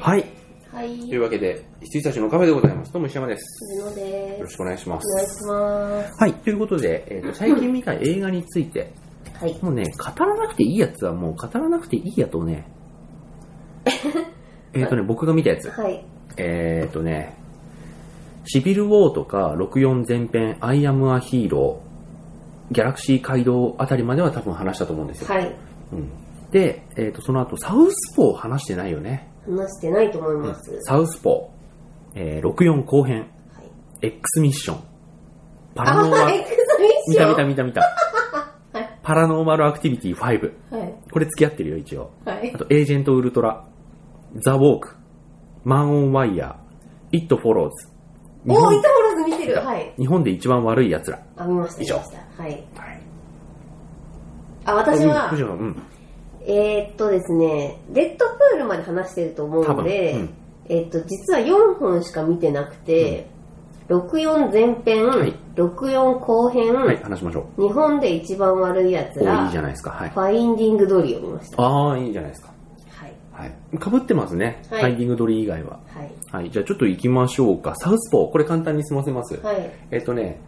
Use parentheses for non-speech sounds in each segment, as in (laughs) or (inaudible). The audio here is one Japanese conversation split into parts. はい。というわけで、羊たちのカフェでございます。どうも石山です。鈴野よでろす。しくお願いしまお願いす。します。はい、ということで、えーと最近見た映画について、はい。もうね、語らなくていいやつはもう語らなくていいやと (laughs) ね、えっとね、僕が見たやつ。はい。えっとね、シビルウォーとか64前編、アイアムアヒーロー、ギャラクシー街道あたりまでは多分話したと思うんですよ。はい。うんで、えっ、と、その後、サウスポー話してないよね。話してないと思います。サウスポー、えー、64後編、はい。 X ミッション、パラノーマあ、エル、クスミッ見シたョン見た見た見た、パラノーマルアクティビティ5、はい。これ付き合ってるよ、一応。はいあ。と、エージェントウルトラ、ザ・ウォーク、マン・オン・ワイヤー、イット・フォローズ。日おー、イ本タフォローズ見てる。はい。日本で一番悪い奴ら。あ、見ました。以上見ましたはい。はい。あ、私は藤、野うん。えー、っとですね、レッドプールまで話してると思う多の分。で、うんえーっと、実は4本しか見てなくて、64前編、はい64後編、はい、話しましょう。日本で一番悪いやつおいいら、じゃないですか。はい。ファインディングドリーを見ました。ああ、いいじゃないですか。はい。はい。かぶってますね。はいハイディングドリー以外は。はい。はい。じゃあちょっと行きましょうか。サウスポー。これ簡単に済ませます。はい。えっとね、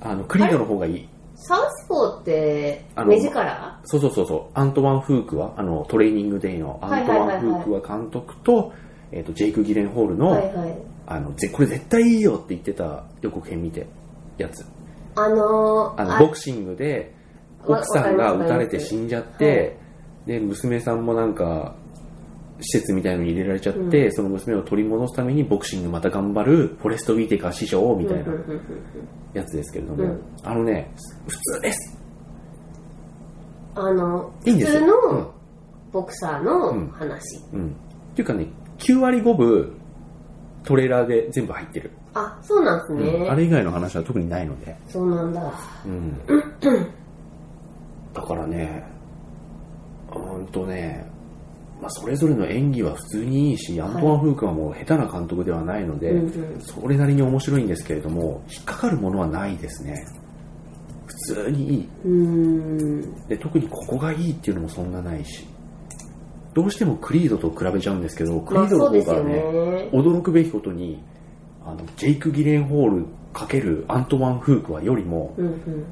あの、クリードの方がいい。サウスポーってあ、の目力そうそうそうそう。アントワン・フークは、あの、トレーニングデイのアントワン・フークは監督と、えっと、ジェイク・ギレンホールの、はいはい。あの、ぜこれ絶対いいよって言ってた予告編見て、やつ。あのー、あの、あボクシングで、わ奥さんがわかりま撃すたれて死んじゃっわかて、で、娘さんもなんか、施設みたいのに入れられちゃって、その娘を取り戻すためにボクシングまた頑張るフォレスト・ウィーテカー師匠みたいうんうなんうんうんやつですけれども、うんあのね、普通ですあの、いいん普です通よ。のボクサーうのん話。うん。うん。っていうかね、9割5分、トレーラーで全部入ってる、あ、そうなんですうんあね。れ以外の話は特にないので。そうなんだ。うん、だからね、うーんとね、まあ、それぞれの演技は普通にいいし、アントワン・フークはもう下手な監督ではないので、うんうんそれなりに面白いんですけれども、引っかかるものはないですね。普通にいいうーん。で。特にここがいいっていうのもそんなないし。どうしてもクリードと比べちゃうんですけど、クリまあードそうので方すがよね、ね。驚くべきことに、あのジェイク・ギレンホール×アントワン・フークはよりも、うんうん。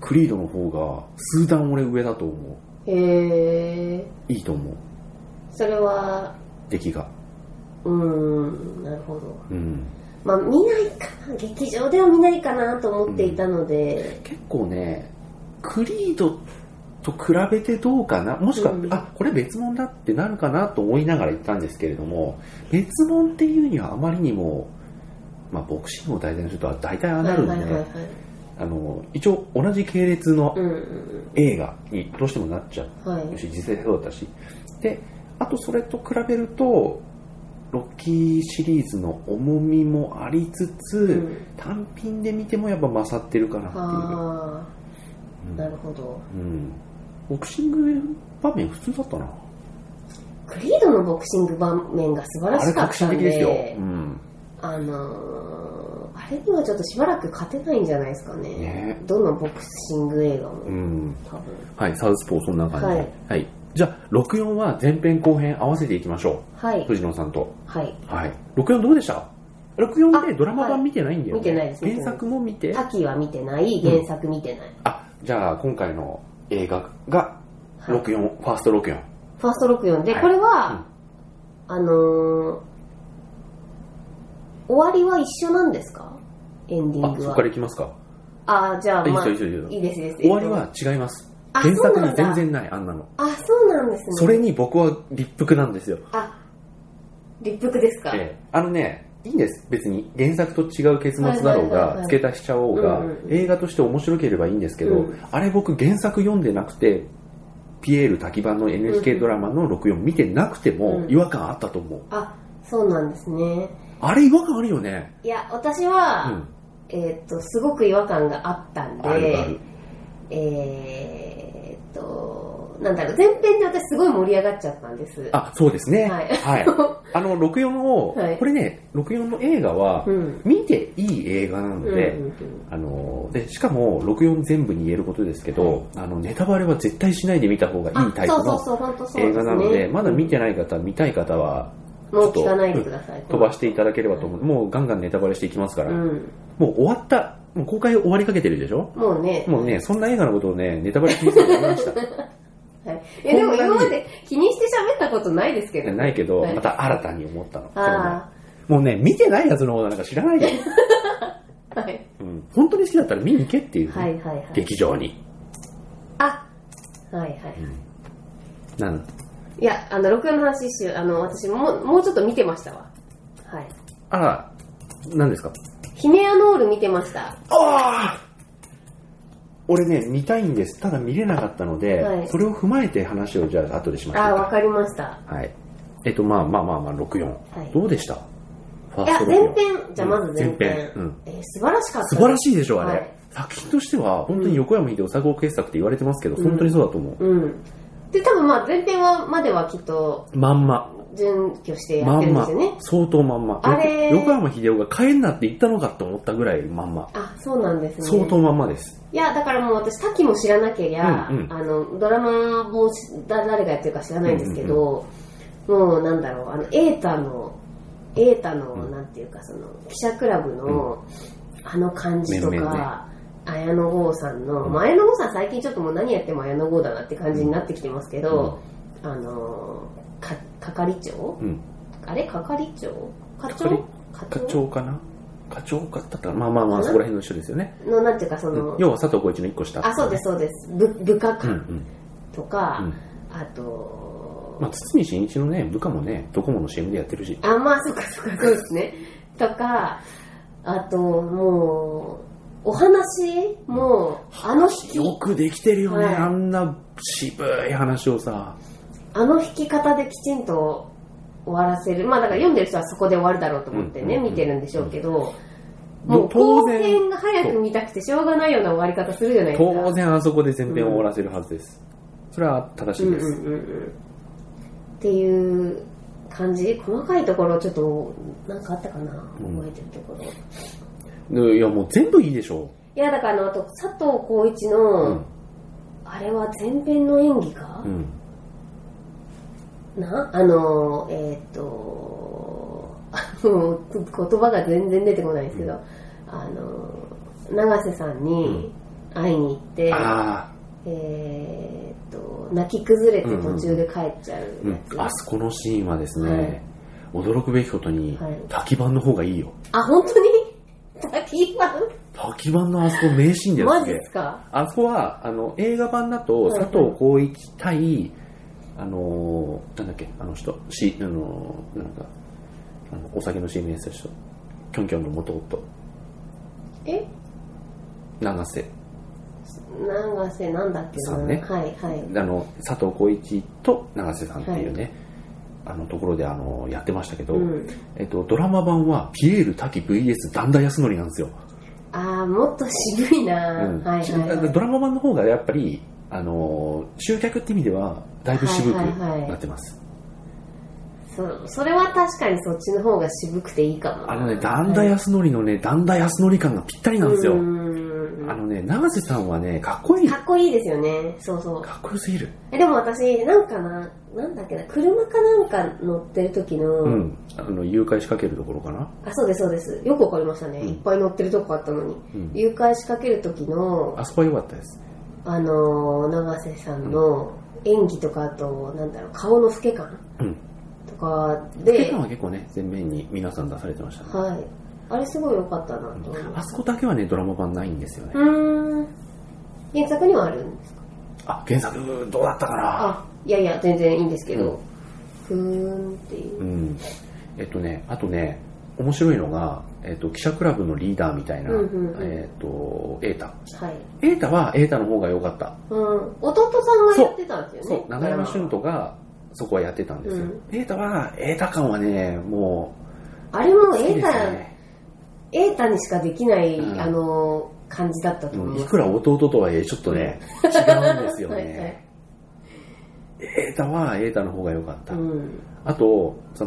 クリードの方が数段俺上だと思へえ。ういいと思うそれは、出来がうーん、なるほど。うんまあ見ないかな、劇場では見ないかなと思っていたので、結構ねクリードと比べてどうかなもしくは、うんあこれ別物だってなるかなと思いながら言ったんですけれども別物っていうにはあまりにもまあ、ボクシングを題材にすると大体ああなるはのいで、はいはいはい。あの一応同じ系列のうんうん映画にどうしてもなっちゃううん。はい。し実際そうだったしであとそれと比べるとロッキーシリーズの重みもありつつ、うん単品で見てもやっぱ勝ってるかなっあていうあ、なるほど。うん、うんボクシング場面普通だったなクリードのボクシング場面が素晴らあれしかっ革た新ん的ですよ、で、うん、あのー、あれにはちょっとしばらく勝てないんじゃないですかね。ねどのボクシング映画も、うん、多分。はいサウスポーそんな感じははいい、じゃあ64は前編後編合わせていきましょはうい。藤野さんとはい。はい64どうでした64あでドラマ版見てないんだよ、ねはい見てないです原作も見て滝は見てない、原作見てない。あじゃあ今回の映画がはい64、ファースト64ファースト64で、はいこれは、あのー、終わりは一緒なんですかエンディンあそグこはか。らいきますかあーじゃあ、いいまあ、ですよいいですよいいですよいいです、いいです。終わりは違いますあ原そう作なんにだ全然ないあんなのえっと、あ、そうなんですね。それに僕は立腹なんですよ、あ、立腹ですか。ええあのねいいんです別に原作と違う結末だろうはいはいはいはがい付け足しちゃおうが、うんうん映画として面白ければいいんですけど、うんあれ僕原作読んでなくてピエール滝版の NHK ドラマの64見てなくてうもん違和感あったと思うあ、そうなんですね。あれ違和感あるよねいや、私うは、んえーっと、すごく違和感があったんあるあでる、えーっと、なんだろう、前編で私すごい盛り上がっちゃったんです。あそうですねはい (laughs) はい、あの64を、はいこれね64の映画はうん。見ていい映画なのうんうで、んうんあのでしかも64全部に言えることですけど、あのネタバレは絶対しないで見た方がいいあタイプそうそうのそう、本当そう映です画ね。なのでまだ見てない。ない方見たい方はもう聞かないでください。飛ばしていただければと思う。もうガンガンネタバレしていきますかうら。ん。もう終わった、もう公開終わりかけてるでしょもうね。もうね、そんな映画のことをね、ネタバレ気にするのやめま (laughs) した。はい、えでもこんなに今まで気にして喋ったことないですけど、ないけど、はいまた新たに思ったの。あもうね、見てないやつの方なんか知らないよ。あ、はい、うん、本当に好きだったら見に行けっていう、はいはいはい。劇場に。あはいはい。なのいや、あの、録画の話一周、あの、私もう、もうちょっと見てましたわ。はい。ああ、何ですかヒネアノール見てました。ああ俺ね、見たいんです。ただ見れなかったので、はいそれを踏まえて話をじゃあ後でしましょうああ、わか。かりました。はい。えっと、まあまあまあまあ、64。はいどうでしたファいや、前64編、じゃあまず前編。前編うんえー素晴らしかった。素晴らしいでしょ、あれ。はい作品としては、本当に横山秀夫作豪傑作って言われてますけど、うん本当にそうだと思う。うん。で、多分まあ前編は、まではきっと、まんま。準拠してやまってんるんでますよね。。相当まんま。あれー横山秀夫が帰んなって言ったのかって思ったぐらいまんま。あ、そうなんですね。相当まんまです。いや、だからもう私、滝も知らなけりゃ、うんうんあの、ドラマもしだ誰がやってるか知らないんですけど、もうなんだろう、あの、エータの、エータの、うんなんていうか、その、記者クラブの、あの感じと面々ねか、綾野剛さんの、うんまあ、綾野剛さん最近ちょっともう何やっても綾野剛だなって感じになってきてますけど、あの、か、係長うん。あれ係長課長係課課長かな課長かだったかなまあまあまあ、そこら辺の人ですよね。の、なんていうか、その、要は佐藤浩市の一個下。あ、そうです、。そうです。部部下うんう感ん。とか、うんあと、まあ、堤真一のね、部下もね、ドコモの CM でやってるし。あ、まあ、そっかそっか、そうですね。とか、あと、もう、お話も、あの引よき、くできてるよね、はいあんな渋い話をさ。あの引き方できちんと終わらせる。まあ、だから読んでる人はそこで終わるだろうと思ってね、うんうんうん見てるんでしょうけど、もうもう当後然編が早く見たくてしょうがないような終わり方するじゃないですか。当然あそこで前編を終わらせるはずです。それは正しいです。うんうんうんうん、っていう感じ細かいところちょっとなんかあったかなうん覚えてるところ、いいや、もう全部いいでしょ。やだからあのあと佐藤浩市うの、。あれは前編の演技かう、ん。なあのえっ、 (laughs) とあの言葉が全然出てこないんですけど、あの永瀬さんに会いに行って、ああ、えっ、と泣き崩れて途中で帰っちゃううやんつ、。あそこのシーンはですね、驚くべきことにはい、滝版の方がいいよ。あ本当に滝版滝版のあそこ名シーンだよマすジげえっすかあそこは、あの、映画版だと、はいはい佐藤浩市対、あのー、なんだっけ、あの人、し、あのー、なんか、あのお酒の CM やってた人、キョンキョンの元夫、え長瀬、長瀬なんだっけさなんねはいはいあの、佐藤浩市と長瀬さんっていうね、あのところで、あのやってましたけど、うん、えっと、ドラマ版は、ピエール滝 VS 段田康則なんですよ。ああもっと渋いな、うんはいはいはいドラマ版の方がやっぱり、あのー集客って意味ではだいぶ渋くはいはいはいなってます、そそれは確かにそっちの方が渋くていいかもあのね段田康則のね段田康則感がぴったりなんですよ、うーんあのね永瀬さんはねかっこいいかっこいいですよねそうそうかっこよすぎるえでも私なんかななんだっけな車かなんか乗ってる時の、うん、あの誘拐仕掛けるところかな、あそうですそうですよくわかりましたね、うんいっぱい乗ってるとこあったのにうん、誘拐仕掛ける時のあそこは良かったですあのー永瀬さんの演技とかあとなんだろう顔の老け感うんとかスケで、感は結構ね前面に皆さん出されてましたね、はい、あれすごい良かったなと思いうんまあすそこだけはねドラマ版ないんですよね、うーん原作にはあるんですかあ原作どうだったかな、あいやいや全然いいんですけど、ふーんっていううんえっとねあとね面白いのが、えっと、記者クラブのリーダーみたいな、うんうんうんえっとエータはい、エータはエータの方が良かった、うん、弟さんがやってたんですそよねう永山俊斗がそこはやってたんですよ、うんエータはエータ感はねもあれもういいで瑛太すよね、瑛太にしかできない、うんあのー感じだったとう思んいいますくら弟とはいえちょっとね違うんですよ (laughs) はねいはいエータはエータの方が良かった、うんあとそ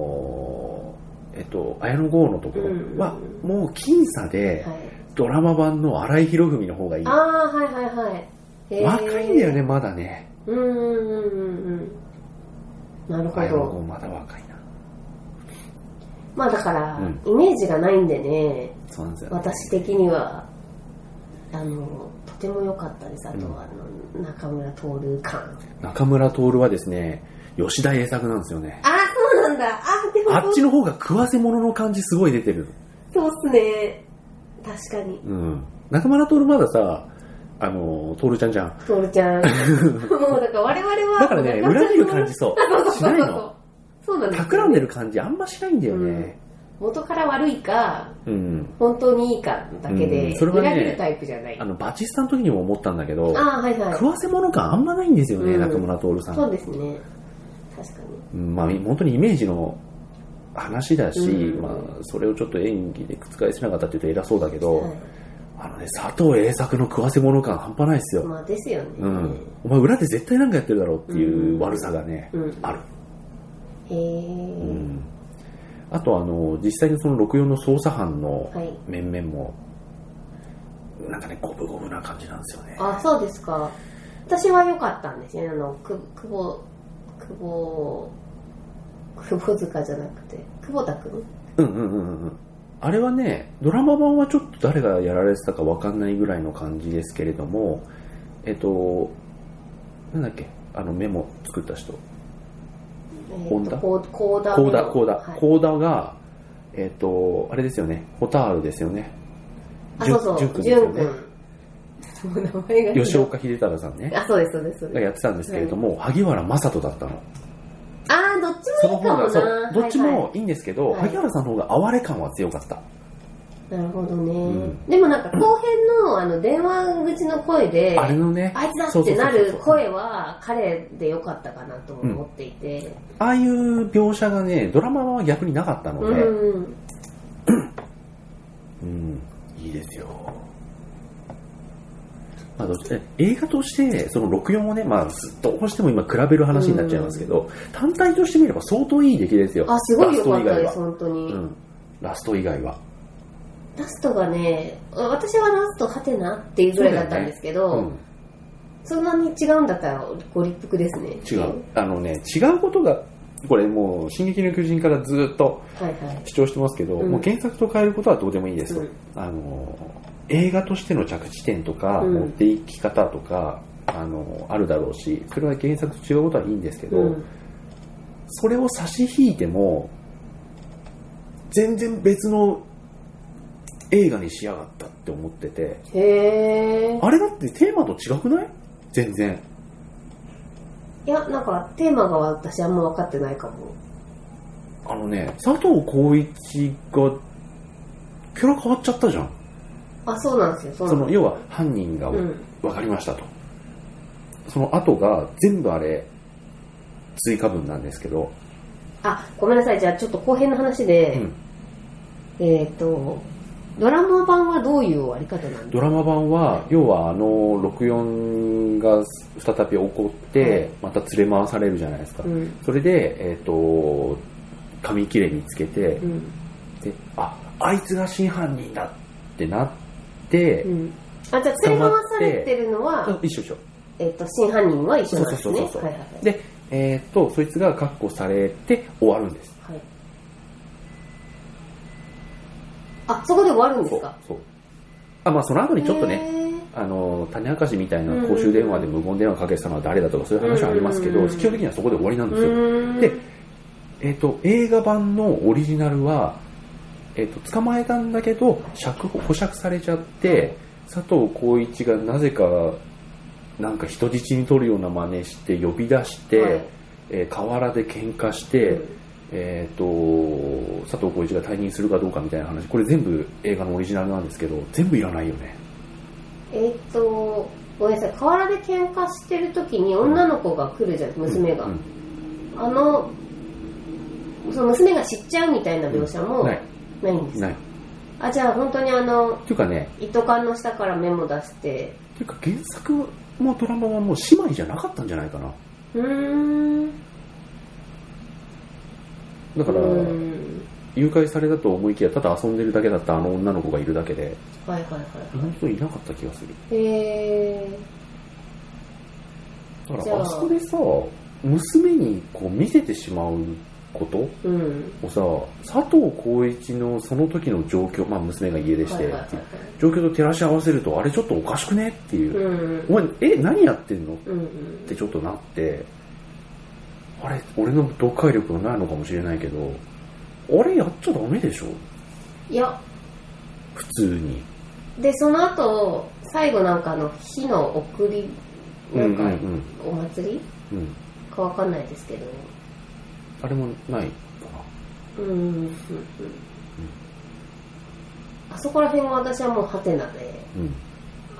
のえっと綾野剛のところは、もう僅差で、はい、ドラマ版の荒井博文の方がいいああはいはいはいへー若いんだよねまだねうんうんうんうんうんなるあほやのど子まだ若いなまあだから、うんイメージがないんでね、そうなんですよ。私的には、あの、とても良かったです。あとは、あの中村徹感。中村徹はですね、吉田栄作なんですよね。ああ、そうなんだ。あーであもっちの方が食わせ者の感じすごい出てる。そう、そうっすね。確かに。うん。中村徹まださ、あの、徹ちゃんじゃん。(laughs) 徹ちゃん。もうだから我々は、だからね、中村裏切る感じそう。しそうないそうの。そう。そうなんですよ企んでる感じあんましないんだよね。元から悪いか、うん。本当にいいかだけで、うんそれはね裏切るタイプじゃない。ああの、バチスタの時にも思ったんだけど、あー、はいはい。食わせ物感あんまないんですよね、うん中村徹さん。そうですね。確かに。うんまあ、本当にイメージの話だし、うんまあ、それをちょっと演技で覆せなかったって言うと偉そうだけど、はいあのね、佐藤栄作の食わせ物感半端ないですよ。まあですよね。うん、お前裏で絶対なんかやってるだろうっていう悪さがね、うんある、うへえ。ん、あとあの実際にその64の捜査班のはい。面々もなんかね五分五分な感じなんですよねあ、そうですか。私は良かったんですね。あの、く、久保、久保、久保塚じゃなくて、久保田くんうんうんうんうんうんあれはねドラマ版はちょっと誰がやられてたかわかんないぐらいの感じですけれどもえっとなんだっけあのメモ作った人え本田こうこうだコーダ、コーダ、はいコーダが、えっ、と、あれですよね、ホタールですよね。あ、そうじゅそんう、じじゅゅんくんんでくすよん。 (laughs) その名前が違う。吉岡秀忠さんね、あ、そうです、そうです、そうがです。やってたんですけれども、萩原正人だったの。あー、どっちそもいのいか方もが、そうな。、どっちはいはもいいんですけど、はい萩原さんの方が哀れ感は強かった。いなるほどね。んでもなんか、後編の、あの、電話口の声で、あれのね、あいつだそうっそうてそうなそうる声は彼で良かったかなと思っていて、ああいう描写がね、ドラマは逆になかったのうで、ん、うん、いいですよ。まあ、どっち映画として、その64をね、まあ、どうしても今比べる話になっちゃいますけど、単体として見れば相当いい出来ですよ。あすごい良かラスト以った外ではす。本当に、うん、ラスト以外は。ラストがね私はラストハテナっていうぐらいだったんですけどそ,、うん、んなに違うんだったらご立腹ですね違う。あのね、違うことが、これもう、進撃の巨人からずっとはいはい主張してますけど、うんもう原作と変えることはどうでもいいですと。うんあの、映画としての着地点とか、うん持っていき方とか、あの、あるだろうし、それは原作と違うことはいいんですけど、うんそれを差し引いても、全然別の映画にしやがったって思ってて、へえあれだってテーマと違くない全然。いやなんかテーマが私あんま分かってないかもあのね、佐藤浩市がキャラ変わっちゃったじゃん。あそうなんですよそうそなんの要は犯人がう分んかりましたと。その後が全部あれ、追加分なんですけど、あごめんなさいじゃあちょっと後編の話うで、んえっ、とドラマ版はどういう終わり方なんですドかラマ版は、要はあの64が再び起こって、また連れ回されるじゃないですか。うんそれで、えっ、と、紙切れ見つけて、うんで、あ、あいつが真犯人だってなって、うんあじゃあ連れ回されてるのは、あ一緒一緒。えっと真犯人は一緒なんですねそうそうそうそうはいはいはいで、えっ、と、そいつが確保されて終わるんです。はいあそこで終わるんですかそう。そうあ、まあその後にちょっとね、へーあの、種明かしみたいな公衆電話で無言電話かけてたのは誰だとかそういう話はありますけうんど、うんうん基本的にはそこで終わりなんうですよ。ーんでえっ、と、映画版のオリジナルは、えっ、と、捕まえたんだけど、釈放、保釈されちゃって、佐藤浩市がなぜか、なんか人質に取るような真似して呼び出して、はいえー河原で喧嘩して、えー、と佐藤浩市が退任するかどうかみたいな話これ全部映画のオリジナルなんですけど全部いらないよねえっとごめんなさい河原で喧嘩してる時に女の子が来るじゃん娘が、うんあのその娘が知っちゃうみたいな描写うんもないないんですか、ないっあじゃあ本当にあのていうかね糸缶の下からメモ出してっていうか原作もドラマはもう姉妹じゃなかったんじゃないかなうーんだからうーん誘拐されたと思いきやただ遊んでるだけだったあの女の子がいるだけではいはいはいあはの人いなかった気がするいへーだかじらゃああそこでさ娘にこう見せてしまうことうん。をさ佐藤浩市のその時の状況まあ娘が家出して、はいはいはいはい状況と照らし合わせるとあれちょっとおかしくねっていうう、ん。お前え何やってんのっうん。てちょっとなってあれ俺の読解力がないのかもしれないけどあれやっちゃダメでしょいや、普通にで、その後、最後なんかあの、火の送り、なんかうんうんうん、お祭りうん、かわかんないですけど、あれもないかなうんうんうんうんあそこら辺は私はもうハテナでうん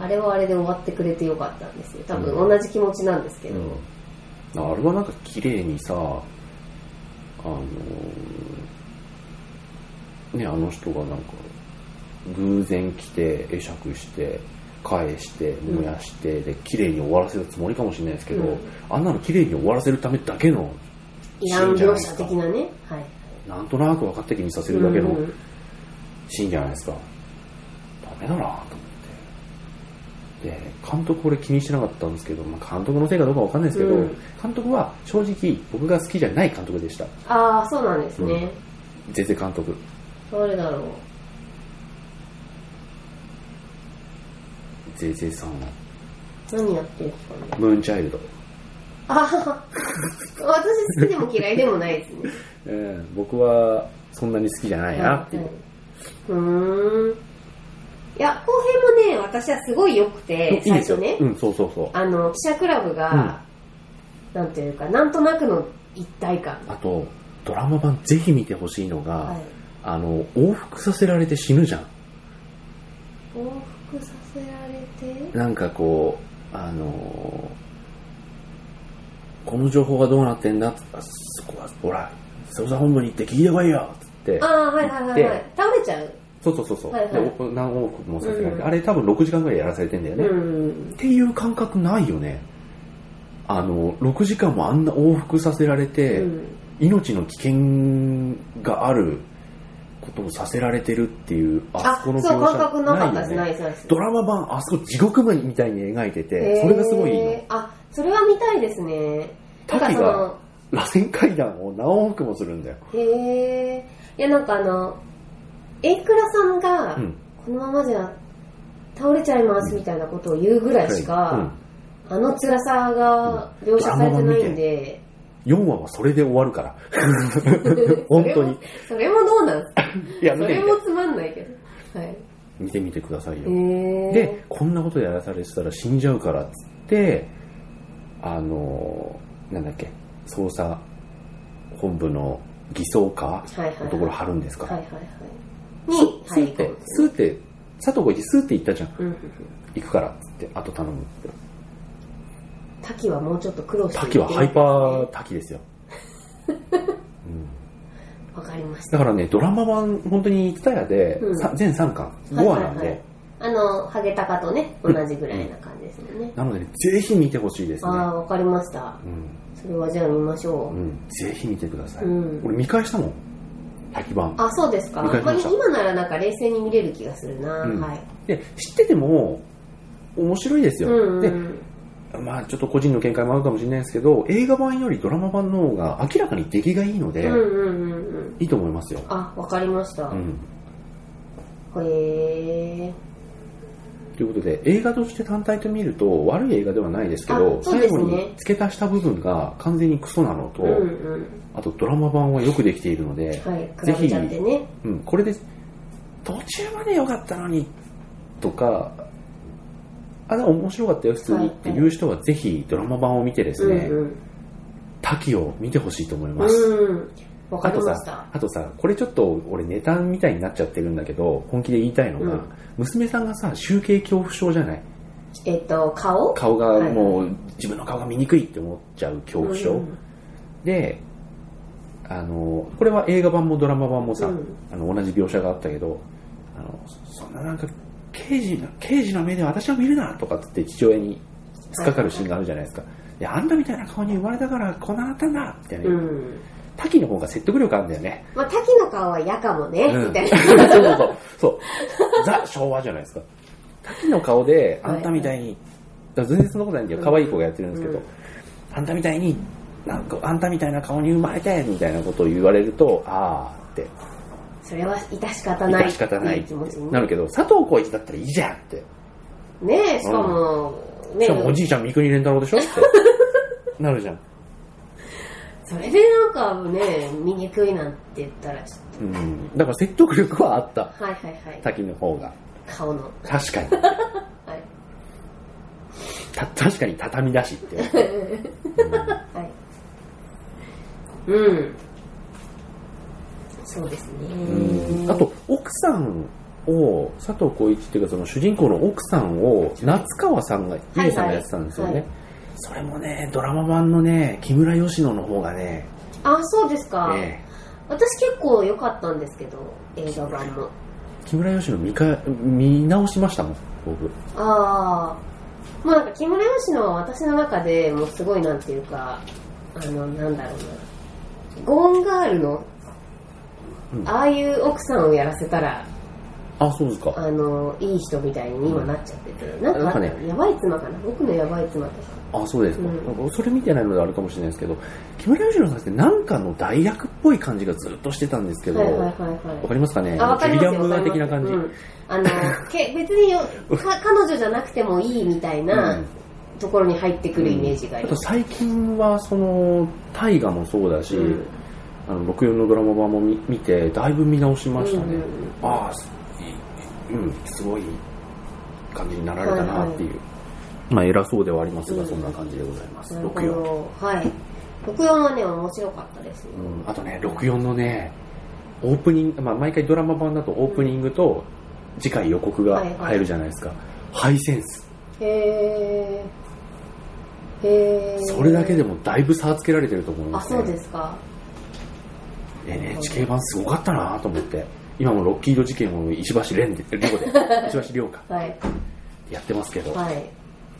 あれはあれで終わってくれてよかったんですよ多うん分同じ気持ちなんですけど、あれはなんか綺麗にさあのーねあの人がなんか偶然来て会釈して返してん燃やして、で綺麗に終わらせるつもりかもしれないですけど、うんあんなの綺麗に終わらせるためだけのイシラーンンじゃない描です写か的なねはいなんとなく分かった気にさせるだけのシーンじゃないですか、ダメだなと思ってで監督俺気にしてなかったんですけど、まあ、監督のせいかどうかわかんないですけど、うん監督は正直僕が好きじゃない監督でしたああそうなんですね、全然監督どれだろうゼゼさんは何やってるんですかねムーンチャイルド、あはは私好きでも嫌いでもないですねええ僕はそんなに好きじゃないなっていう、はいはい、うーんいや後編もね私はすごい良くていい最です初よねうんそうそうそうあの記者クラブが、なんというかなんとなくの一体感あとドラマ版ぜひ見てほしいのが、はいあの往復させられて死ぬじゃん往復させられてなんかこう、あのーこの情報がどうなってんだっつあそこは、ほら、捜査本部に行って聞いてこいよっつってあ、あはいはいはいはいで倒れちゃうそうそうそうそう、はいはいでお何往復もさせられて、うんあれ多分6時間ぐらいやらされてんだよね、っうんていう感覚ないよね。あの、6時間もあんな往復させられて、うん命の危険があることをさせられてるっていう、ああそそこうの感覚なかったでよすねないですないですドラマ版、あそこ地獄みたいに描いてて、へーそれがすごいいいの。あそれは見たいですねなんか滝そがの螺旋階段を何往復もするんだよ。へえいやなんかあの榮倉さんが、うんこのままじゃ倒れちゃいますみたいなことを言うぐらいしか、あの辛さが描写されてないんで、うん、4話はそれで終わる (laughs) から。本当に。それもどうなんですかいや、そ見てれみもて。つまんないけど。はい。見てみてくださいえよ。ー、で、こんなことやらされてたら死んじゃうからっつって、あのー、なんだっけ、捜査本部の偽装かはいはいはいのところ貼るんですか。はいはいはい。に、スはーっい、て、スーって、佐藤浩市スーって言ったじゃん。うんうんうん。行くからっつって、あと頼むって。滝はもうちょっと苦労して滝はハイパー滝です (laughs) よ。うんー。わかりました。だからね、ドラマ版、本当に TSUTAYA で、うんさ全3巻、5話なんで、はいはいはいあの、ハゲタカとね、同じぐらいな感じですよね。なので、ぜひ見てほしいですねあ。あ、わかりました。うんそれはじゃあ見ましょう。うん、ぜひ見てください。うん俺見返したもん、滝版。あ、そうですか。理解しましたあ今ならなんか冷静に見れる気がするな。うんはい。で、知ってても、面白いですうよ、ん、うで、ん。まあちょっと個人の見解もあるかもしれないですけど、映画版よりドラマ版の方が明らかに出来がいいのうで、んうんうんうん。いいと思いますよ。あ、わかりました。うん。へえ。ということで、映画として単体と見ると、悪い映画ではないですけど、あそうで最すね後に付け足した部分が完全にクソなのと、うんうん。あとドラマ版はよくできているので、はい。ぜ比ひべちゃってね。うん、これで途中まで良かったのにとかあでも面白かったよ普通にっていう人はぜひドラマ版を見てですうね、んうん。滝を見てほしいと思います、うん。わかありとましたさ。あとさこれちょっと俺ネタみたいになっちゃってるんだけど本気で言いたいのが、うん娘さんがさ集計恐怖症じゃないえっと、顔顔がもう自分の顔が見にくいって思っちゃう恐怖症、うんであのこれは映画版もドラマ版もさ、うんあの同じ描写があったけどあのそそんななんか刑事の刑事の目で私を見るなとかって父親に突っかかるシーンがあるじゃないですか、いやあんたみたいな顔に生まれたからこんななったんだみたいな、うん。滝の方が説得力あるんだよね、まあ、滝の顔は嫌かもね、うん (laughs) みたいな。そうそうそうそうザ昭和じゃないですか滝の顔であんたみたいにだから全然そんなことないんだよ可愛い子がやってるんですけど、うんあんたみたいになんかあんたみたいな顔に生まれてみたいなことを言われるとああってそれは致し方ない致し方ないっていう気持ちになねるけど佐藤浩市だったらいいじゃんってねえしかも、ねしかもおじいちゃん三國連太郎でし (laughs) ょってなるじゃん、それでなんかね醜いなんて言ったらちょっうん、だから説得力はあったとはいはいはい滝の方が顔の確かにはいた確かに畳だしって、はいうんそうですねうん、あと奥さんを佐藤浩市っていうかその主人公の奥さんを夏川さんがいはいゆうさんがやってたんですよね、はいそれもねドラマ版のね木村佳乃の方がね、あそうですか、え私結構良かったんですけど映画版もえ木村佳乃見か見直しましたもん僕ああまあなんか木村佳乃は私の中でもうすごいなんていうかあのなんだろうなゴーンガールのうんああいう奥さんをやらせたらあそうですかあのいい人みたいに今なっちゃってて、ななんんかかねやばい妻かな僕のやばい妻とかあそうですか、うそれ見てないのであるかもしれないですけど木村佳乃さんってなんかの大役っぽい感じがずっとしてたんですけど、はいはいわはいはいかりますかねあ、わかりジュリますアよ。ン・ムーア的なわかり感まじ、すうんあの、け別 (laughs) によか彼女じゃなくてもいいみたいうなんところに入ってくるイメージがあありとます。最近はその大河もそうだし、うんあの64のドラマ版も見見てだいぶ見直しましたね、うんああすいいうんすごい感じになられたなっていう、まあ偉そうではありますが、うんそんな感じでございますなるほ64、うんど。はい。64はね、面白かったですよ。あとね64のねオープニング、まあ、毎回ドラマ版だとオープニングと次回予告が入るじゃないですか、ハイセンスへー。へー。それだけでもだいぶ差つけられてると思いまあ、すねそうですか。 NHK 版すごかったなと思って今もロッキード事件を石橋蓮で亮で石橋亮かはい。やってますけど、はい。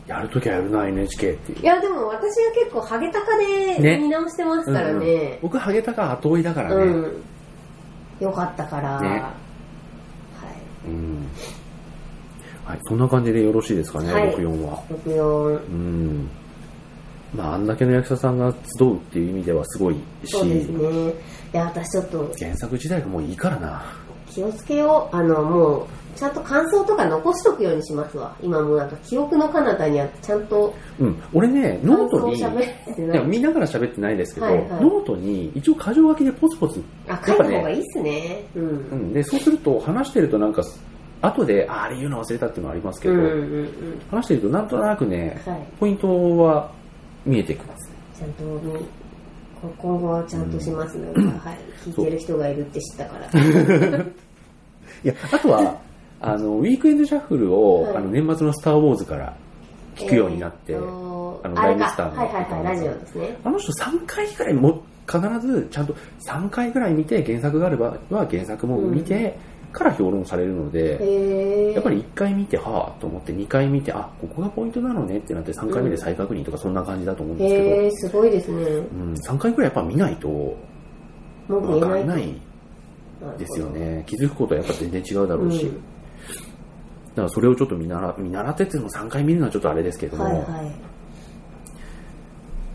やるときはやるな NHK っていういや、でも私は結構ハゲタカでね見直してますからうんうんね。僕ハゲタカ後追いだからうね、ん。よかったから。ねはい。うんはい、そんな感じでよろしいですかね、はい64は64。うんまああんだけの役者さんが集うっていう意味ではすごいし、そうですね。いや、私ちょっと原作自体がもういいからな気をつけよう。あの、もう、ちゃんと感想とか残しとくようにしますわ。今もうなんか記憶の彼方にあって、ちゃんとうん俺ね感ノート想に喋れていなやい。見ながら喋ってないですけど、はいはいノートに一応箇条書きでポツポツあ、書いた方がいいっすね。う。うんん、でそうすると話してるとなんか後でああれ言うの忘れたっていうのはありますけうど、んうん話してるとなんとなくねうん。はい。ポイントは見えてきますちゃんと見、こ今後はちゃんとしますので、はい。聞いてる人がいるって知ったから。いやあ (laughs) とはあのウィークエンドシャッフルを、はいあの年末の「スター・ウォーズ」から聞くようになって、えーとあのあれライムかスターのはいはいはい、ラジオですね。あの人3回ぐらいも必ずちゃんと3回ぐらい見て原作があればは原作も見てから評論されるので、へえ。やっぱり1回見てはあと思って2回見てあここがポイントなのねってなって3回目で再確認とかそんな感じだと思うんですけど、へえ、すごいですね。うん、3回くらいやっぱ見ないと文句分か言えらな。ないいですよね気づくことはやっぱ全然違うだろうし、うんだからそれをちょっと見習見習ってっていうのも3回見るのはちょっとあれですけども、はいはい。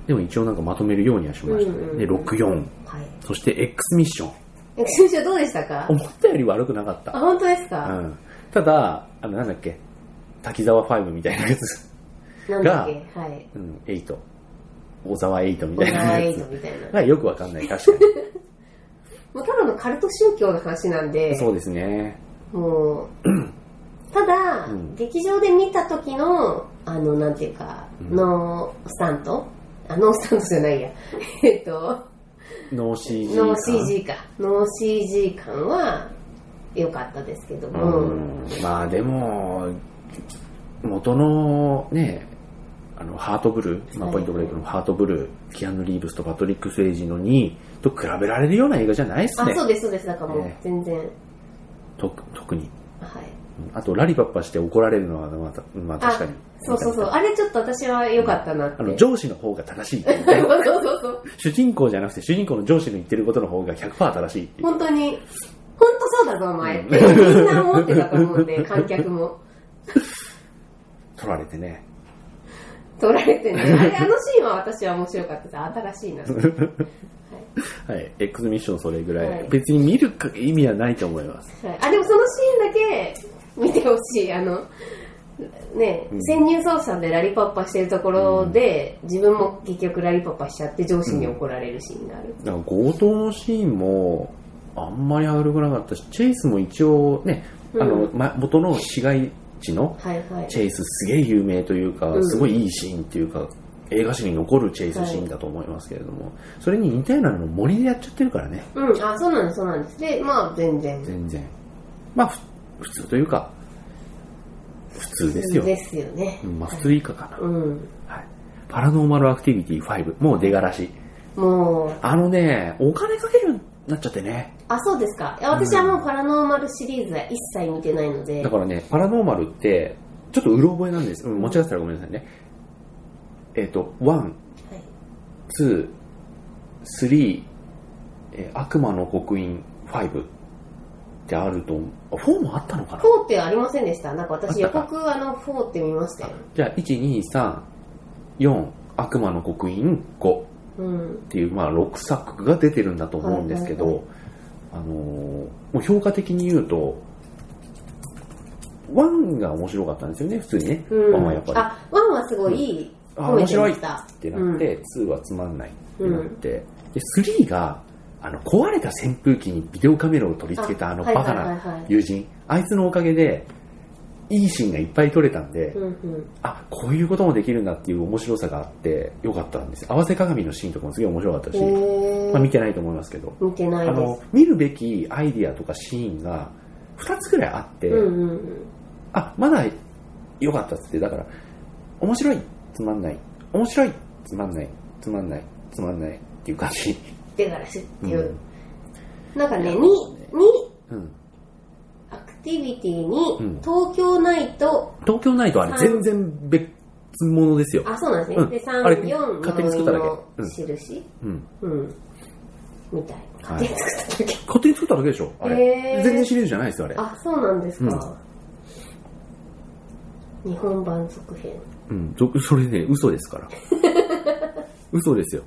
でも一応なんかまとめるようにはしましたね、うんうんで64はい。そして X ミッションえ、先生どうでしたか思ったより悪くなかっあ、た、本当ですうか、ん、ただあのなんだっけ滝沢5みたいなやつ、なんだっけ (laughs) はい。うん、8小沢8みオたいナなラやイドつみたいな。がよくわか (laughs) んない確かもうただのカルト宗教の話なんでに、そうですねもう、ただ、うん劇場で見た時の、あの、なんていうか、うんノースタントあ、ノースタントじゃないや。 (laughs) えっと、ノー CG ノー感 CG か。ノー CG 感は良かったですけども、うんまあでも元のねあのハートブルー、まあ、はいポイントブレイクのハートブルーキアヌ・リーブスとパトリック・スウェイジの2と比べられるような映画じゃないですあ、ねそうです、そうです。だからもうね全然、と特にはい。あとラリパッパして怒られるのはまた、まあ、確かにそうそうそう。あれちょっと私は良かったなって。あの上司の方が正しいっていう (laughs) ねそうそうそうそう。主人公じゃなくて主人公の上司の言ってることの方が100%正しいっていう本当に、本当そうだぞ、お前って。みんな思ってたと思うね、観客も。取られてね取られてね。あれ、あのシーンは私は面白かったです。新しいな。はいはい。X ミッションそれぐらい。はい別に見るか意味はないと思います。はい、あでもそのシーンだけ見てほしいあのね、うん潜入捜査でラリパッパしてるところで、自分も結局ラリパッパしちゃって上司に怒られるシーンがある、なんか強盗のシーンも、あんまり上がるくなかったし、チェイスも一応ね、あの、うま、元の市街地のはいはいチェイスすげえ有名というかう、んすごいいいシーンっていうか、映画史に残るチェイスシーンだと思いますけれども、それに似たようなのも森でやっちゃってるからね、うんあそうなんですそうなんですでまあ全然全然。まあ、ふ普通というか、普通ですよ。ですよねうんまあ、普通以下かな。うんはい。パラノーマルアクティビティ5、もう出がらし。もうあのね、お金かけるようになっちゃってね。あそうですかいや私はもうパラノーマルシリーズは一切見てないのでだからね、パラノーマルって、ちょっとうろ覚えなんです。うん、間違ってたらごめんなさいね。えっ、と、1、はい2、3、えー悪魔の刻印5ってあると思う。あ4もあったのかな4ってありませんでしたなんか私あ予ったか (laughs) 告あの4って見ましたよじゃあ、1、2、3、4、悪魔の刻印5。うんっていう、まあ、6作が出てるんだと思うんですけど、はいはいあのーもう評価的に言うと、1が面白かったんですよね、普通にね。うん、 1はやっぱり。あ1はすごい、あ褒め面てま白いっしたてなって、2はつまんないってなって、で、3が、あの、壊れた扇風機にビデオカメラを取り付けたあのはいバカはいなはいはい友人、あいつのおかげで、いいシーンがいっぱい撮れたんで、うんうんあ、こういうこともできるんだっていう面白さがあって、よかったんですよ合わせ鏡のシーンとかもすげえ面白かったし、へーまあ見てないと思いますけど、見てなあいでの、見るべきアイディアとかシーンが2つぐらいあって、す。うんうんあ、まだ良かったっつって、だから、面白い、つまんない、面白い、つまんない、つまんない、つまんないっていう感じ。。。出がらしっていううんなんかね、いやに、に、うんアクティビティうんに、東京ナイト、東京ナイトはあれ全三然別物ですよ。あ、そうなんですうね。んで、あれ3、4、勝手に作っただけのうん印うん。うん。みたい。は勝い手に作っただけ。勝手に作っただけでしょ、あれへ。ー全然シリーズじゃないですよ、あれ。 (laughs) あ、そうなんですか。日本版続編。うん、そそれね、嘘です (laughs) から。嘘ですよ。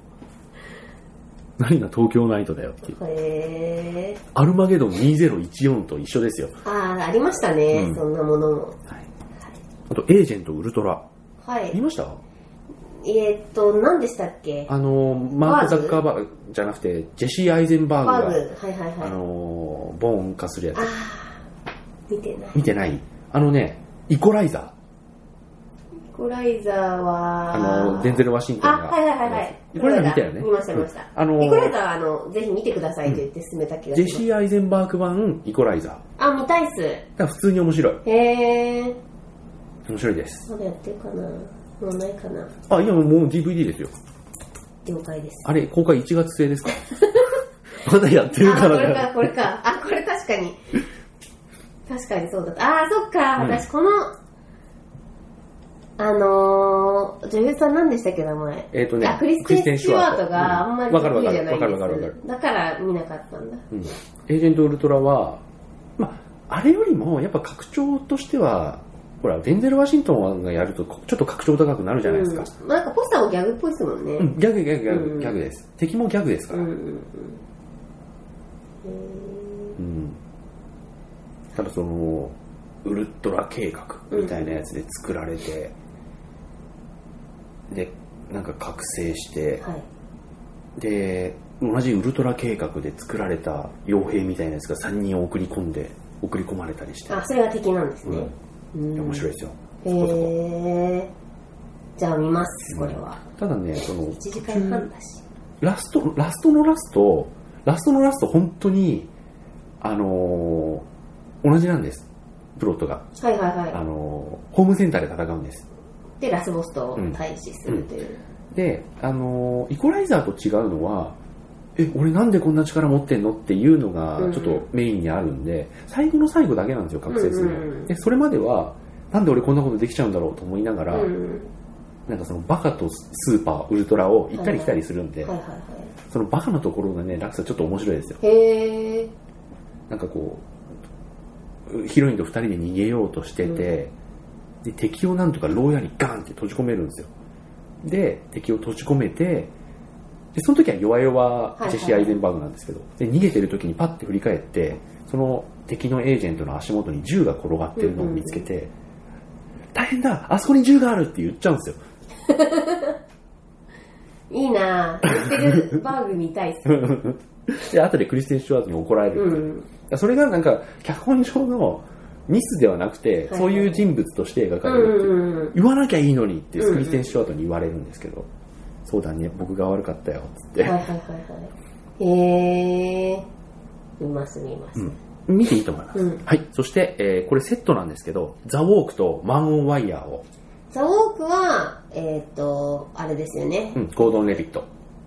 何が東京ナイトだよっていう。へアルマゲドン2014と一緒ですよ。ー。あー、ありましたねう。んそんなものも。あと、エージェントウルトラ。はい見。ましたえーっと、何でしたっけあの、マーク・ザッカーバーグじゃなくて、ジェシー・アイゼンババーグ。グはが、いはいあはい。のー、ボーン化するやつあ。ー、見てない。見てないあのね、イコライザー。イコライザーは、あの、デンゼル・ワシントンあ、が。はいはいはいはい。イコライザー見たよね。見ました見ました。うんあのイコライー、ザーはあの、ぜひ見てくださいと言って勧めた気がジしェます。シー・アイゼンバーグ版イコライザー。だかあ、見たいっす。ら普通に面白い。へー。面白いです。まだやってるかなもうないかなあ、今もう DVD ですよ。了解です。あれ、公開1月末です (laughs) かまだやってるあ、かこられね。か、これか。あ、これ確かに。確かにそうだった。あー、そっか。うん私この、あのー、女優さん何でしたっけ、名前。えっ、とあね、クリステン・スチュワートがあんまりわかる得わ意じかるゃないわかるわかるわかでる。す。だから見なかったんだ。うんエージェント・ウルトラは、まあ、あれよりも、やっぱ拡張としては、ほら、デンゼル・ワシントンがやると、こちょっと拡張高くなるじゃないですか。うん、なんかポスターもギャグっぽいですもんね。うん、ギャグ、ギャグ、ギャグ、うんギャグです。敵もギャグですかうら。んう。うんんうんただその、ウルトラ計画みたいなやつで作られて、で、なんか覚醒してへー、はい。で同じウルトラ計画で作られた傭兵みたいなやつが3人送り込んで送り込まれたりして、あ、それが敵なんですね。うん面白いですよへえ。じゃあ見ます、これは。ただねその1時間半だし。ラストラストのラストラストのラスト本当にあのー同じなんですプロットが、はいはいあはのーホームセンターで戦うんですい。で、ラスボスと対峙するという。で、あのーイコライザーと違うのはえ俺なんでこんな力持ってんのっていうのがうんちょっとメインにあるんで、最後の最後だけなんですよ覚醒するの、うんうんうんでそれまではなんで俺こんなことできちゃうんだろうと思いながうら、ん。なんかそのバカとスーパーウルトラを行ったり来たりするんで、はいはいはそのバカなところがね落差ちょっと面白いですよい。へえ。なんかこうヒロインと二人で逃げようとしてて、で敵をなんとか牢屋にガンって閉じ込めるんですよで敵を閉じ込めてでその時は弱々ジェシー・アイゼンバーグなんですけど、で逃げてる時にパッて振り返ってその敵のエージェントの足元に銃が転がってるのを見つけて、大変だあそこに銃があるって言っちゃうんですよいいな (laughs) ぁ。言ってるバーグ見たい (laughs) っす。。で後でクリステン・シュワーズに怒られるっていううんそれがなんか脚本上のミスではなくて、はいそういう人物として描うかれるっていうんうん言わなきゃいいのにってうんうんスクリテン・シュワートに言われるんですけど、そうだね僕が悪かったよっつっうて、ん。はいはいはいはい。へえ。見ます見ます。うん見ていいと思います、うんはいそして、えーこれセットなんですけど「ザ・ウォーク」と「マン・オン・ワイヤーを」ザ・ウォークは、えっと、あれですよねう。んゴードン・レビット、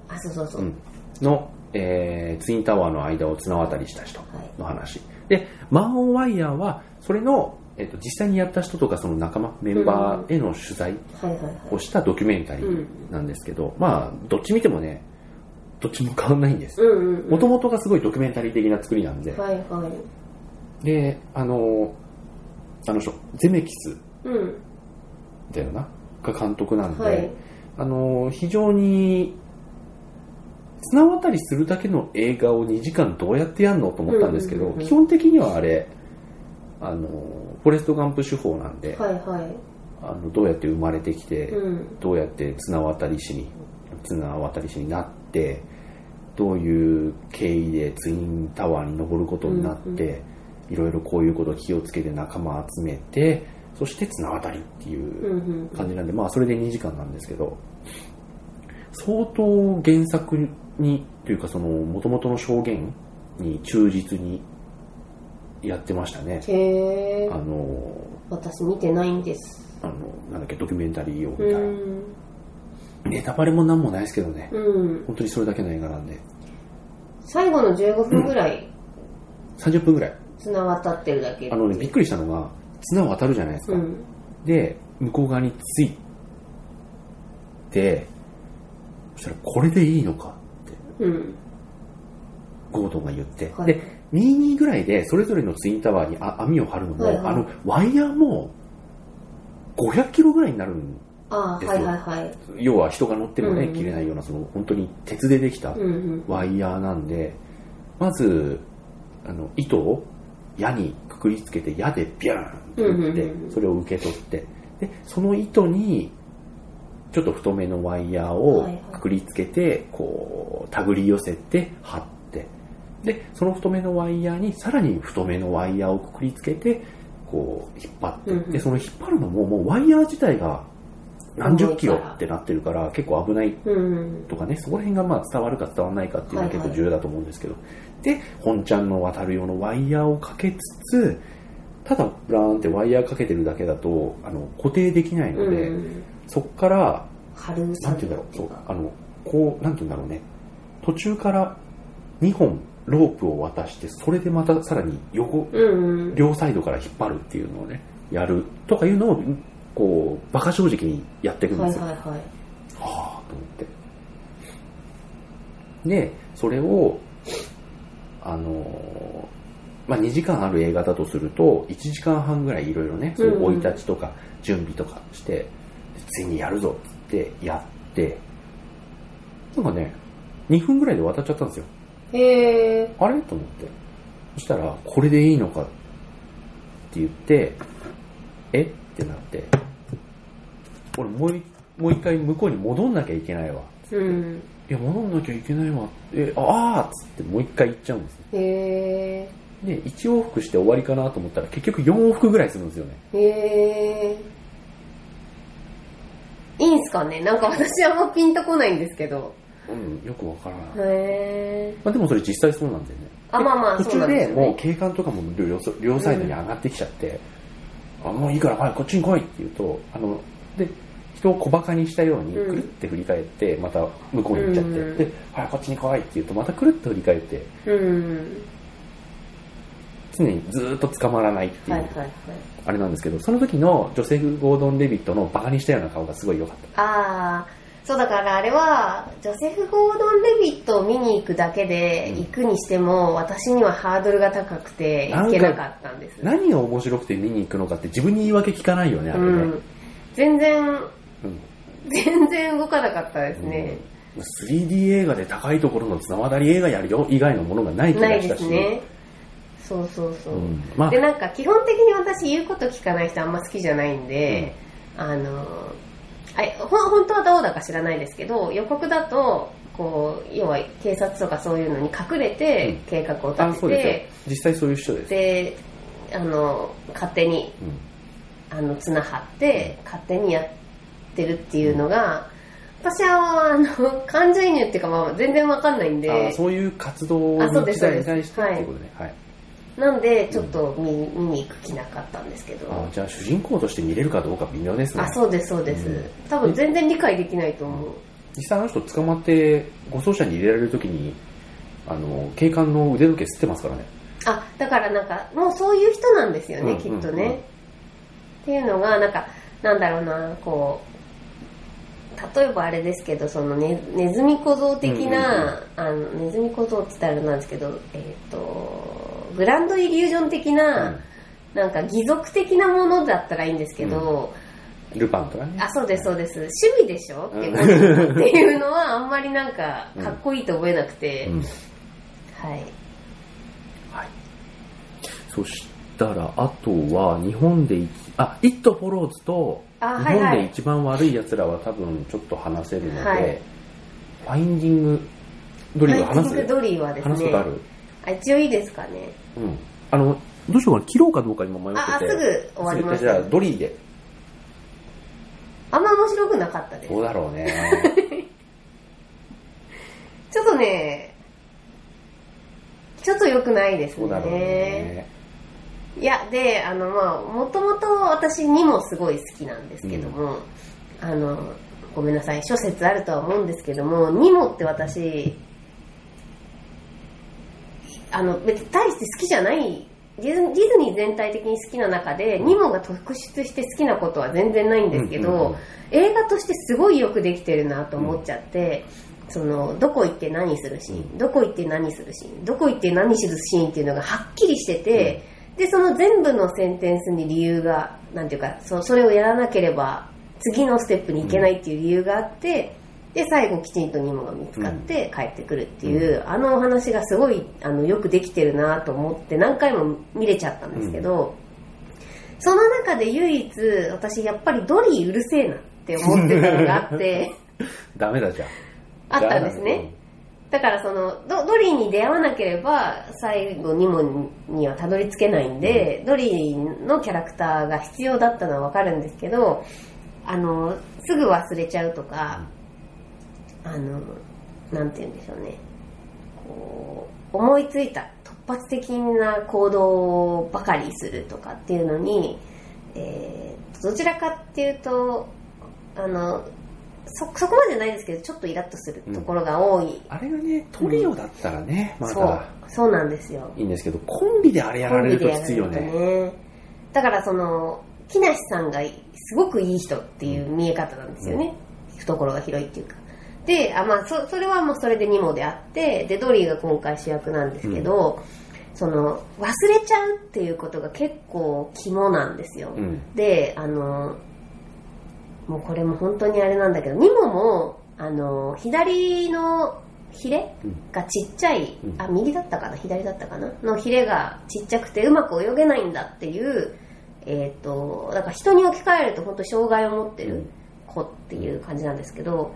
あ、そうそうそうう。んの、えーツインタワーの間を綱渡りした人はいの話で「マン・オン・ワイヤーは」それの、えーと実際にやった人とかその仲間メンバーへの取材はいはいはい。をしたドキュメンタリーなんですけど、まあどっち見てもねどっちも変わんないんですうんうんうん。もともとがすごいドキュメンタリー的な作りなんで、はいはい。で、あの、あの人、ゼメキスうん。だよな、が監督なんで、はい。あの、非常に、綱渡りするだけの映画を2時間どうやってやるのと思ったんですけど、うんうんうんうん基本的にはあれ、あの、フォレストガンプ手法なんで、はいはい。あのどうやって生まれてきて、うん。どうやって綱渡り師に綱渡り師になってどういう経緯でツインタワーに登ることになって、うんうんいろいろこういうことを気をつけて仲間集めてそして綱渡りってうん。いううん感じなんで、まあそれで2時間なんですけど相当原作にというかその元々の証言に忠実にやってましたねへえあ。の私見てないんです。あのなんだっけドキュメンタリーを見うたら、ん。ネタバレもなんもないですけどねうん。本当にそれだけの映画なんで最後の15分ぐらい30分ぐらい綱渡ってるだけ。あのねびっくりしたのが綱を渡るじゃないですうか、ん。で向こう側についてそしたらこれでいいのかうん。ゴードンが言って、はいで22ぐらいでそれぞれのツインタワーにあ網を張るのも、はいはいあのワイヤーも500キロぐらいになるんああ、ですはいよはいはい。要は人が乗ってもね、うん切れないようなその本当に鉄でできたうんうん。ワイヤーなんで、まず、あの、糸を矢にくくりつけて、矢でビャーンって打っうんうんうんて、それを受け取って、で、その糸に、ちょっと太めのワイヤーをはいはいくくりつけて、こう、手繰り寄せて、張って、で、その太めのワイヤーに、さらに太めのワイヤーをくくりつけて、こう、引っ張って、うんうんで、その引っ張るのも、もうワイヤー自体が何十キロってなってるから、結構危ないうん。とかね、そこら辺がまあ伝わるか伝わらないかっていうのは結構重要だと思うんですけど、で、本ちゃんの渡る用のワイヤーをかけつつ、ただブラーンってワイヤーかけてるだけだとあの固定できないので、うん。そこから、春なんて言うんだろう、そうあのこう、なんて言うんだろうね、途中から2本ロープを渡して、それでまたさらに横、うんうん。両サイドから引っ張るっていうのをね、やるとかいうのを、こう、馬鹿正直にやっていくんはでいすよ。はいはい。はあと思ってでそれをあのーまあ、2時間ある映画だとすると1時間半ぐらいいろいろねそういう生い立ちとか準備とかして、でついにやるぞっつってやってなんかね2分ぐらいで渡っちゃったんですよへえ。あれと思って。そしたら、これでいいのかって言って、えってなって、俺もういもう一回向こうに戻んなきゃいけないわ。うん。いや、戻んなきゃいけないわ。え、ああーっつってもう一回行っちゃうんですね。へえ。で、1往復して終わりかなと思ったら、結局4往復ぐらいするんですよね。へえ。いいんすかねなんか私あんまピンとこないんですけど。うん、よくわからない。まへえ。あでもそれ実際そうなんだよね。あ、まあまあ、途そう中なんでですよもうね。警官とかも両両サイドに上がってきちゃって、あもういいからはいこっちに来いって言うとあので人を小バカにしたようにくうんるって振り返ってまた向こうに行っちゃって、うんではいこっちに来いって言うとまたくるって振り返ってうん。常にずーっと捕まらないっていはう、いはいはい。あれなんですけどその時のジョセフ・ゴードン・レビットのバカにしたような顔がすごい良かったああ、そうだからあれは、ジョセフ・ゴードン・レビットを見に行くだけで、行くにしても、私にはハードルが高くて、行けなかったんです。何が面白くて見に行くのかって自分に言い訳聞かないよねあれうね、ん。全然、うん全然動かなかったですね。 3D 映画で高いところの綱渡り映画やるよ以外のものがない気がないしでたしすね。そうそうそう。うんまあで、なんか基本的に私言うこと聞かない人あんま好きじゃないんで、あの、あれほん本当はどうだか知らないですけど、予告だと、こう、要は警察とかそういうのに隠れうんて計画をあ立そてうですてよ、実際そういう人です、で、あの、勝手にうんあの綱張って勝手にやってるっていうのが、私はあの感情移入っていうか、まあ、全然わかんないんあでそういう活動あそうので期すそう待でにす対してっていうことね、はいなんでちょっと見,、見に行く気なかったんですけどあじゃあ主人公として見れるかどうか微妙ですねあそうですそうです、うん多分全然理解できないと思う、実際あの人捕まって護送車に入れられるときにあの警官の腕時計吸ってますからねあだからなんかもうそういう人なんですよね、うんきっとうんうんね、っていうのがなんかなんだろうなこう例えばあれですけどそのネネズミ小僧的な、あのネズミ小僧って言ったらあれなんですけど、えっとグランドイリュージョン的な、なんか義足的なものだったらいいんですけど、ルパンとかねあそうですそうです趣味でしょってことっていうのはあんまりなんかかっこいいと思えなくて、うんはいそしたらあとは日本で一あ「イット・フォローズ」と「あ日はい本はいで一番悪いやつら」は多分ちょっと話せるので「はいファインディング・ドリル」ハ話イキングすドリーはです話すこねとある、あ一応いいですかねうん、あのどうしようかな切ろうかどうか今迷っててああすぐ終わりましじゃあたドリーであんま面白くなかったですどうだろうね (laughs) ちょっとねちょっと良くないですどうだろうねねいやであのまあもともと私にもすごい好きなんですけども、あのごめんなさい諸説あるとは思うんですけどもにもって私あの別に大して好きじゃないディズディズニー全体的に好きな中で、ニモが特出して好きなことは全然ないんですけど、うんうんうん映画としてすごいよくできてるなと思っちゃって、そのどこ行って何するシーン、どこ行って何するシーンどこ行って何するシーンっていうのがはっきりしてて、でその全部のセンテンスに理由がなんていうかそそれをやらなければ次のステップに行けないっていう理由があって、で最後きちんとニモが見つかって帰ってくるっていう、あのお話がすごいあのよくできてるなと思って何回も見れちゃったんですけど。その中で唯一、私やっぱりドリーうるせえなって思ってたのがあって、ダメだじゃんあったんですね。だからそのド、ドリーに出会わなければ、最後にもにはたどり着けないんで、ドリーのキャラクターが必要だったのはわかるんですけど、あの、すぐ忘れちゃうとか、あの、なんて言うんでしょうね。こう、思いついた突発的な行動ばかりするとかっていうのに、えーどちらかっていうと、あの、そ、そこまでじゃないですけど、ちょっとイラッとするところが多い。あれがねトリオだったらね、まそうだ、そうなんですよ。いいんですけどコンビであれやられるときついよコンビでやらねれるとねだからその木梨さんがすごくいい人っていう見え方なんですよね、懐が広いっていうかであ、まあ、そそれはもうそれでニモであってでドリーが今回主役なんですけど、その忘れちゃうっていうことが結構肝なんですよ、うんであのもうこれも本当にあれなんだけどニモもあの左のヒレがちっちゃい、うんあ右だったかな左だったかなのヒレがちっちゃくてうまく泳げないんだっていうえっ、とだから人に置き換えると本当障害を持ってる子っていう感じなんですけど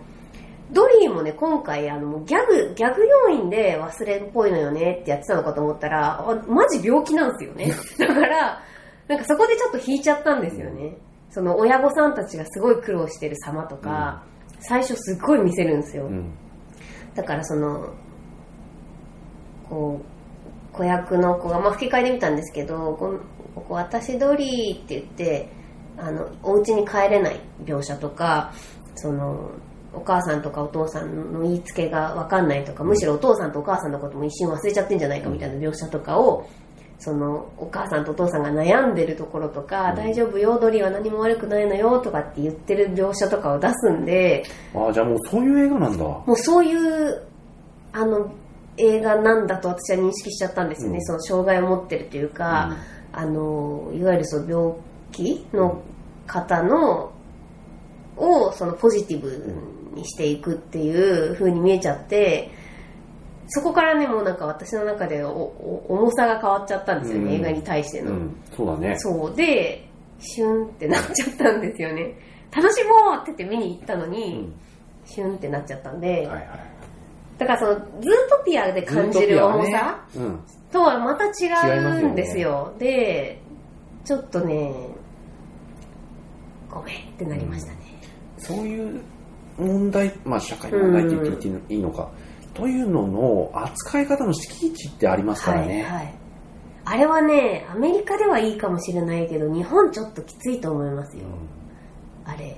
ドリーもね今回あのギャグギャグ要因で忘れっぽいのよねってやってたのかと思ったらあマジ病気なんですよねだからなんかそこでちょっと引いちゃったんですよね、その親御さんたちがすごい苦労してる様とか、最初すっごい見せるんですよ、うんだからそのこう子役の子が、まあ、吹き替えで見たんですけど「こここ私ドリー」って言ってあのお家に帰れない描写とかそのお母さんとかお父さんの言いつけが分かんないとかむしろお父さんとお母さんのことも一瞬忘れちゃってんじゃないかみたいな描写とかをそのお母さんとお父さんが悩んでるところとか「大丈夫よドリーは何も悪くないのよ」とかって言ってる描写とかを出すんで。ああじゃあもうそういう映画なんだもうそういうあの映画なんだと私は認識しちゃったんですよね、うんその障害を持ってるというか、あのいわゆるその病気の方のをそのポジティブにしていくっていう風に見えちゃってそこからねもうなんか私の中でおお重さが変わっちゃったんですよね、うん映画に対してうの、ん、そうだね。そうでシュンってなっちゃったんですよね楽しもうって言って見に行ったのに、うんシュンってなっちゃったんで、はいはい。だからそのズートピアで感じる重ズさ、ートピアはね、うん。とはまた違います違うよねんですよでちょっとねごめんってなりましたね、そういう問題、まあ社会問題って言っていいのか、というのの扱い方の敷地ってありますからね。はいはいあれはねアメリカではいいかもしれないけど日本ちょっときついと思いますよ、うんあれ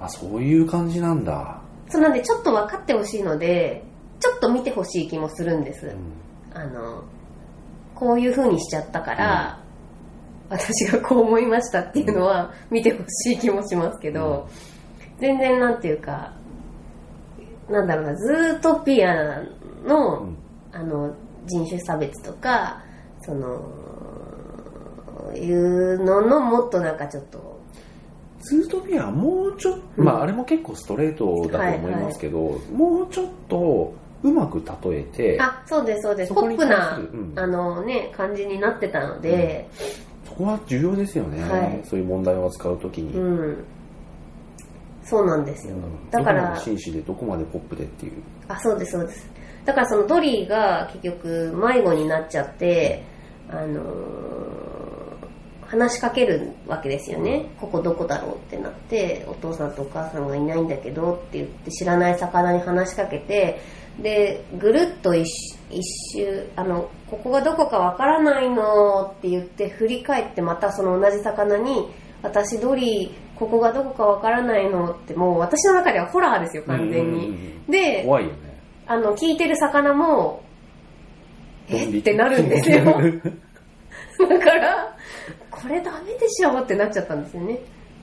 あ、そういう感じなんだ。そうなんでちょっと分かってほしいのでちょっと見てほしい気もするんです、うんあのこういう風にしちゃったから、私がこう思いましたっていうのは見てほしい気もしますけど、全然なんていうかなんだろうなズートピアの,、うんあの人種差別とかそのいうののもっとなんかちょっとズートピアはもうちょっと、うんまああれも結構ストレートだと思いますけど、もうちょっとうまく例えて、あそうですそうですそポこッにプ対な、するうんあのね感じになってたので、そこは重要ですよね。はいそういう問題を扱うときに。うんそうなんですよ、うんだからどこまで紳士でどこまでポップでっていう。あそうですそうですだからそのドリーが結局迷子になっちゃってあのー話しかけるわけですよねここどこだろうってなってお父さんとお母さんがいないんだけどって言って知らない魚に話しかけてでぐるっと一周一周あのここがどこかわからないのって言って振り返ってまたその同じ魚に私ドリーここがどこかわからないのってもう私の中ではホラーですよ完全うんにうんうんで怖いよね。あの、聞いてる魚も、えってなるんですよ。 (laughs) (laughs) だから、これダメでしょってなっちゃったんですよね。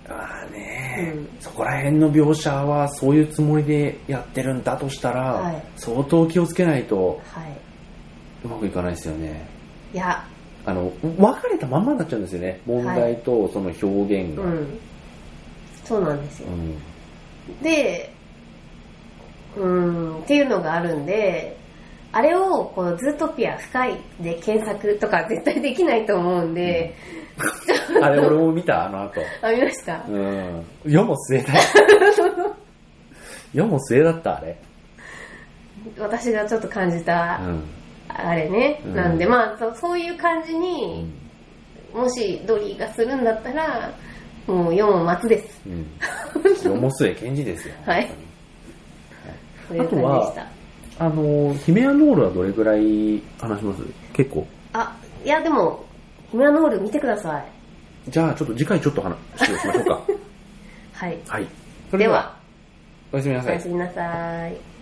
ああね、うんそこら辺の描写はそういうつもりでやってるんだとしたら、はい相当気をつけないとはい。うまくいかないですよね。いや、あの、別れたまんまになっちゃうんですよね。問題とその表現うが。ん。そうなんですよう。んで、うん、っていうのがあるんで、あれを、こう、ズートピア深いで検索とか絶対できないと思うんで、あれ、俺も見た、あの後。あ、見ましたうん。世も末だ。 (laughs) 世も末だった、あれ。私がちょっと感じた、うん。あれね。うんなんで、まあ、そうそういう感じに、もしドリーがするんだったら、もう世も待つです。うん。世も末賢治ですよ。はい本当にこういう感じでした。あの、ヒメアノールはどれぐらい話します結構。あ、いやでも、ヒメラノール見てください。じゃあ、ちょっと次回ちょっと話をしましょうか。はい。はい。それででは、は、おやすみなおさいやす。みなさい。